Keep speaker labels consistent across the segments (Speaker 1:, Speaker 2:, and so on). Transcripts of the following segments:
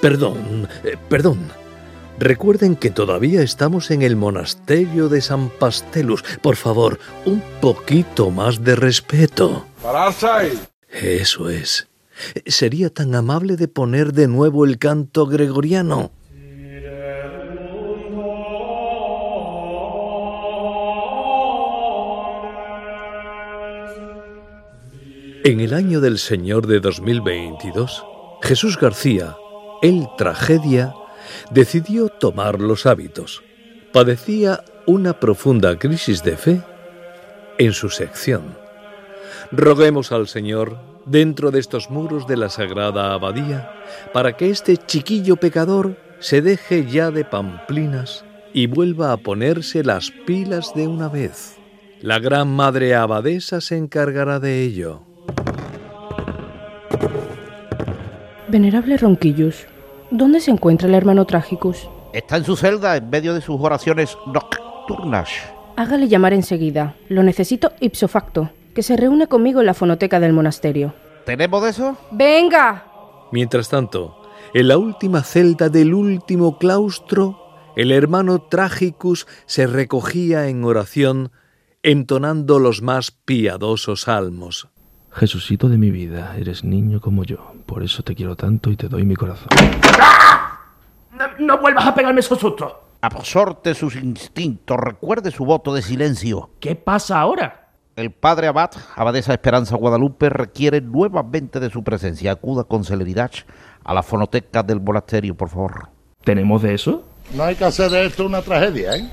Speaker 1: Perdón, eh, perdón. Recuerden que todavía estamos en el monasterio de San Pastelus. Por favor, un poquito más de respeto.
Speaker 2: ¡Pararse ahí!
Speaker 1: Eso es. ¿Sería tan amable de poner de nuevo el canto gregoriano? En el año del Señor de 2022, Jesús García, el tragedia, decidió tomar los hábitos. Padecía una profunda crisis de fe en su sección. Roguemos al Señor, dentro de estos muros de la Sagrada Abadía, para que este chiquillo pecador se deje ya de pamplinas y vuelva a ponerse las pilas de una vez. La gran madre abadesa se encargará de ello.
Speaker 3: Venerable Ronquillos, ¿dónde se encuentra el hermano Trágicos?
Speaker 4: Está en su celda en medio de sus oraciones nocturnas.
Speaker 3: Hágale llamar enseguida. Lo necesito ipso facto. Que se reúne conmigo en la fonoteca del monasterio.
Speaker 4: ¿Tenemos de eso?
Speaker 3: ¡Venga!
Speaker 1: Mientras tanto, en la última celda del último claustro, el hermano Tragicus se recogía en oración, entonando los más piadosos salmos.
Speaker 5: Jesucito de mi vida, eres niño como yo, por eso te quiero tanto y te doy mi corazón.
Speaker 6: No, no vuelvas a pegarme esos sustos.
Speaker 4: Absorte sus instintos, recuerde su voto de silencio.
Speaker 6: ¿Qué pasa ahora?
Speaker 4: El padre Abad, abadesa Esperanza Guadalupe, requiere nuevamente de su presencia. Acuda con celeridad a la fonoteca del monasterio, por favor.
Speaker 5: ¿Tenemos de eso?
Speaker 7: No hay que hacer de esto una tragedia, ¿eh?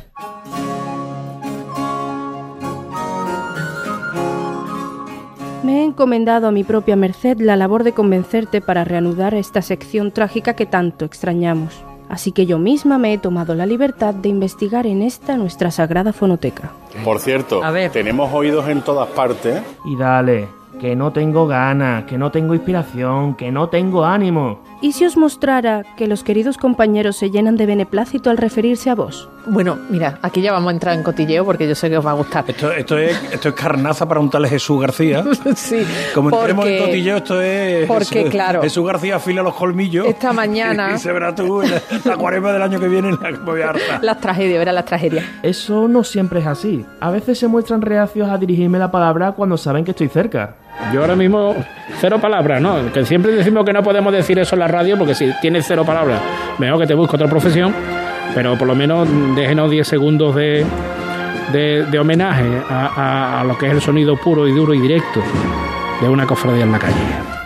Speaker 3: Me he encomendado a mi propia merced la labor de convencerte para reanudar esta sección trágica que tanto extrañamos. Así que yo misma me he tomado la libertad de investigar en esta nuestra sagrada fonoteca.
Speaker 8: Por cierto,
Speaker 6: A ver.
Speaker 8: tenemos oídos en todas partes.
Speaker 6: Y dale, que no tengo ganas, que no tengo inspiración, que no tengo ánimo.
Speaker 3: ¿Y si os mostrara que los queridos compañeros se llenan de beneplácito al referirse a vos?
Speaker 9: Bueno, mira, aquí ya vamos a entrar en cotilleo porque yo sé que os va a gustar.
Speaker 10: Esto, esto, es, esto es carnaza para un tal Jesús García.
Speaker 9: sí,
Speaker 10: Como entremos
Speaker 9: porque
Speaker 10: en cotilleo, esto es.
Speaker 9: porque,
Speaker 10: Jesús-
Speaker 9: claro.
Speaker 10: Jesús García afila los colmillos.
Speaker 9: Esta mañana-
Speaker 10: Y se verá tú en la, la cuaresma del año que viene en la que me voy a hartar.
Speaker 9: las tragedias, verás las tragedias.
Speaker 6: Eso no siempre es así. A veces se muestran reacios a dirigirme la palabra cuando saben que estoy cerca.
Speaker 11: Yo ahora mismo, cero palabras, ¿no? Que siempre decimos que no podemos decir eso en la radio porque si tienes cero palabras, mejor que te busque otra profesión, pero por lo menos mm, déjenos 10 segundos de, de, de homenaje a, a- a lo que es el sonido puro y duro y directo de una cofradía en la calle.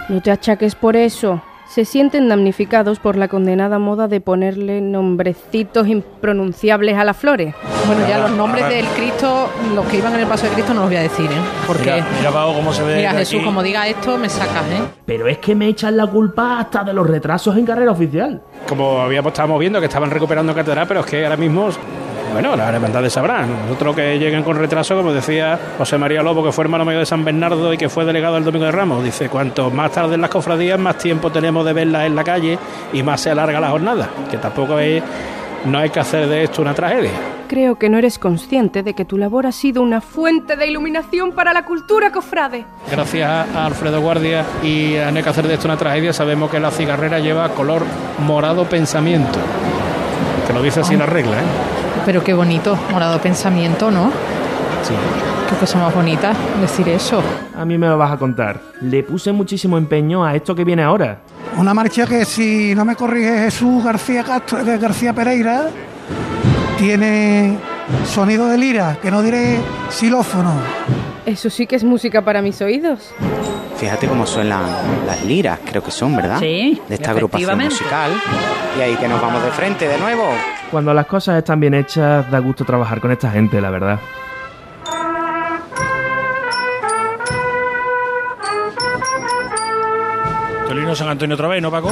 Speaker 3: No te achaques por eso. Se sienten damnificados por la condenada moda de ponerle nombrecitos impronunciables a las flores.
Speaker 9: Bueno, ya los nombres del Cristo, los que iban en el paso de Cristo, no los voy a decir, ¿eh? Porque,
Speaker 10: Mira, mira Pao, cómo se ve.
Speaker 9: mira,
Speaker 10: de
Speaker 9: Jesús,
Speaker 10: aquí.
Speaker 9: como diga esto, me sacas, ¿eh?
Speaker 6: Pero es que me echan la culpa hasta de los retrasos en carrera oficial.
Speaker 11: Como habíamos estábamos viendo que estaban recuperando catedral, pero es que ahora mismo, bueno, las hermandades sabrán. Nosotros que lleguen con retraso, como decía José María Lobo, que fue hermano mayor de San Bernardo y que fue delegado el Domingo de Ramos, dice, cuanto más tarde en las cofradías, más tiempo tenemos de verlas en la calle y más se alarga la jornada, que tampoco es, no hay que hacer de esto una tragedia.
Speaker 3: Creo que no eres consciente de que tu labor ha sido una fuente de iluminación para la cultura, cofrade.
Speaker 11: Gracias a Alfredo Guardia y a No hay que hacer de esto una tragedia, sabemos que la cigarrera lleva color morado pensamiento. Que lo dice así la regla, ¿eh?
Speaker 9: Pero qué bonito, morado pensamiento, ¿no?
Speaker 11: Sí.
Speaker 9: Qué cosa más bonita decir eso.
Speaker 6: A mí me lo vas a contar. Le puse muchísimo empeño a esto que viene ahora.
Speaker 12: Una marcha que si no me corrige Jesús García, Castro- eh, García Pereira, tiene sonido de lira, que no diré xilófono.
Speaker 3: Eso sí que es música para mis oídos.
Speaker 13: Fíjate cómo suenan las liras, creo que son, ¿verdad?
Speaker 14: Sí,
Speaker 13: Ah, De esta agrupación
Speaker 14: efectivamente.
Speaker 13: musical. Y ahí que nos vamos de frente de nuevo.
Speaker 6: Cuando las cosas están bien hechas, da gusto trabajar con esta gente, la verdad.
Speaker 10: Tolino San Antonio otra vez, ¿no, Paco?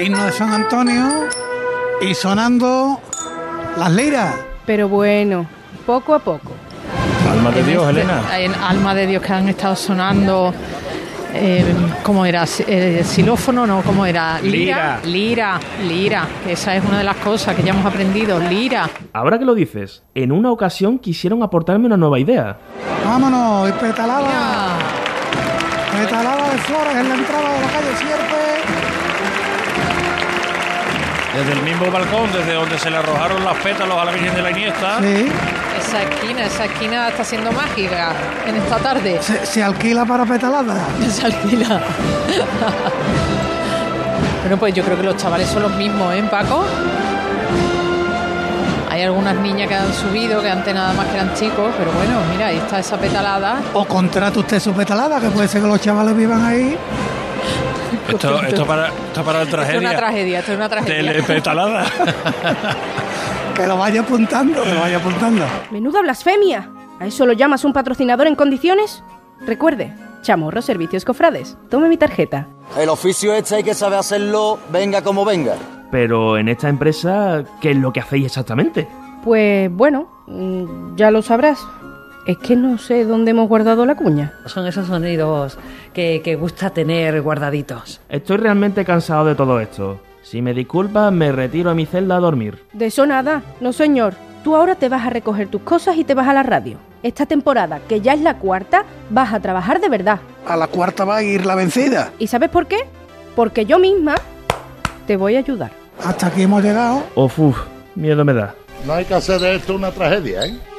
Speaker 12: Himno de San Antonio y sonando las liras.
Speaker 3: Pero bueno, poco a poco.
Speaker 10: Alma de Dios,
Speaker 9: Este,
Speaker 10: Elena.
Speaker 9: En Alma de Dios que han estado sonando. eh, ¿Cómo era? Si- eh, ¿Xilófono? No, ¿cómo era? Lira. Lira, lira. que Esa es una de las cosas que ya hemos aprendido. Lira.
Speaker 6: Ahora que lo dices, en una ocasión quisieron aportarme una nueva idea.
Speaker 12: Vámonos, y
Speaker 9: Ah,
Speaker 12: petalaba, petalaba de flores en la entrada de la calle Sierpe.
Speaker 10: Desde el mismo balcón, desde donde se le arrojaron las pétalos a la Virgen de la Iniesta.
Speaker 9: Esa esquina, esa esquina está siendo mágica en esta tarde.
Speaker 12: Se, se alquila para petalada.
Speaker 9: Se alquila. bueno, pues yo creo que los chavales son los mismos, ¿eh, Paco? Hay algunas niñas que han subido, que antes nada más que eran chicos, pero bueno, mira, ahí está esa petalada.
Speaker 12: O contrata usted su petalada, que puede ser que los chavales vivan ahí.
Speaker 10: Esto, esto, para, esto para la
Speaker 9: Esto
Speaker 10: tragedia.
Speaker 9: es una tragedia, esto es una tragedia.
Speaker 10: Telepetalada.
Speaker 12: Que lo vaya apuntando, que lo vaya apuntando.
Speaker 3: ¡Menuda blasfemia! ¿A eso lo llamas un patrocinador en condiciones? Recuerde, Chamorro Servicios Cofrades. Tome mi tarjeta.
Speaker 2: El oficio este hay que saber hacerlo, venga como venga.
Speaker 6: Pero en esta empresa, ¿qué es lo que hacéis exactamente?
Speaker 3: Pues bueno, mm, ya lo sabrás. Es que no sé dónde hemos guardado la cuña.
Speaker 14: Son esos sonidos que, que gusta tener guardaditos.
Speaker 6: Estoy realmente cansado de todo esto. Si me disculpas, me retiro a mi celda a dormir.
Speaker 3: De eso nada, no señor. Tú ahora te vas a recoger tus cosas y te vas a la radio. Esta temporada, que ya es la cuarta, vas a trabajar de verdad.
Speaker 12: A la cuarta va a ir la vencida.
Speaker 3: ¿Y sabes por qué? Porque yo misma te voy a ayudar.
Speaker 12: Hasta aquí hemos llegado.
Speaker 6: Of, uf, miedo me da.
Speaker 7: No hay que hacer de esto una tragedia, ¿eh?